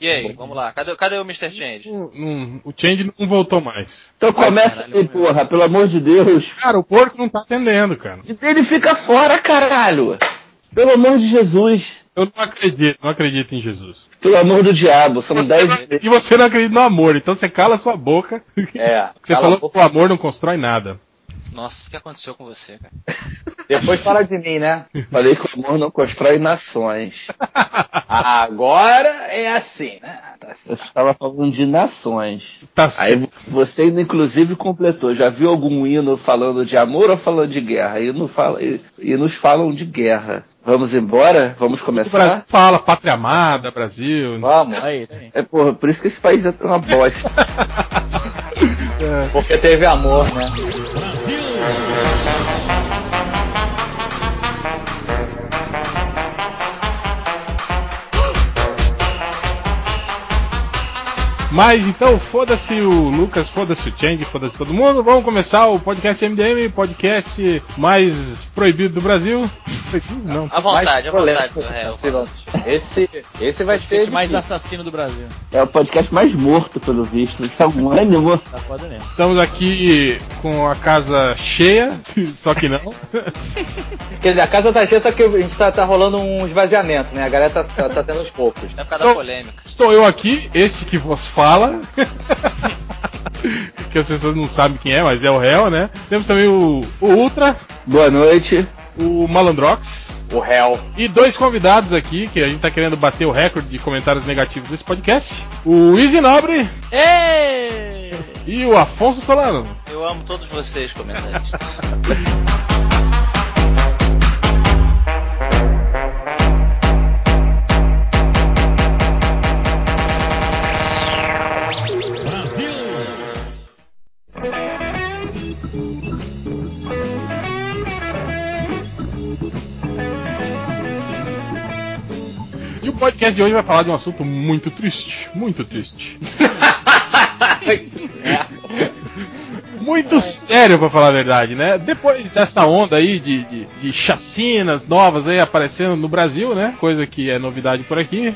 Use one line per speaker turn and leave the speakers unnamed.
E aí, vamos lá. Cadê, cadê o Mr. Change?
O, não- o Change não voltou mais.
Então começa
caralho,
assim, porra, pelo amor de Deus.
Cara, o porco não tá atendendo, cara.
Ele fica fora, caralho. Pelo amor de Jesus.
Eu não acredito, não acredito em Jesus.
Pelo amor do diabo. São
Você não-
dez
e você não acredita no amor, então você cala a sua boca.
É.
Você
cala
falou
a boca.
que o amor não constrói nada.
Nossa, o que aconteceu com você, cara?
Depois fala de mim, né?
Falei que o amor não constrói nações.
Agora é assim, né? Tá assim.
Eu estava falando de nações.
Tá
Aí
certo.
vo- você ainda, inclusive completou. Já viu algum hino falando de amor ou falando de guerra? E não fala, e, e nos falam de guerra. Vamos embora? Vamos
O Brasil
começar?
fala, pátria amada, Brasil.
Vamos. né?
Aí, tá aí.
É porra, por isso que esse país é uma bosta.
Porque teve amor, né?
Mas então, foda-se o Lucas, foda-se o Chang, foda-se todo mundo. Vamos começar o podcast MDM, podcast mais proibido do Brasil. Proibido? Não.
À vontade, à vontade,
polêmico,
é,
né? Esse, esse vai ser.
Esse mais
difícil.
assassino do Brasil.
É o podcast mais morto, pelo visto. Está um ânimo.
Tá foda mesmo.
Estamos aqui com a casa cheia, só que não.
assim.
Quer dizer, a casa tá cheia, só que a gente tá, tá rolando um esvaziamento, né? A galera tá, tá, tá sendo aos poucos.
É por causa da polêmica.
Estou eu aqui, este que vos fala. que as pessoas não sabem quem é, mas é o réu, né? Temos também o, o Ultra,
Boa noite.
o Malandrox.
O réu.
E dois convidados aqui, que a gente tá querendo bater o recorde de comentários negativos desse podcast. O Easy Nobre
Ei!
e o Afonso Solano.
Eu amo todos vocês, comentaristas.
E o podcast de hoje vai falar de um assunto muito triste, muito triste. Muito sério, pra falar a verdade, né? Depois dessa onda aí de, de, de chacinas novas aí aparecendo no Brasil, né? Coisa que é novidade por aqui.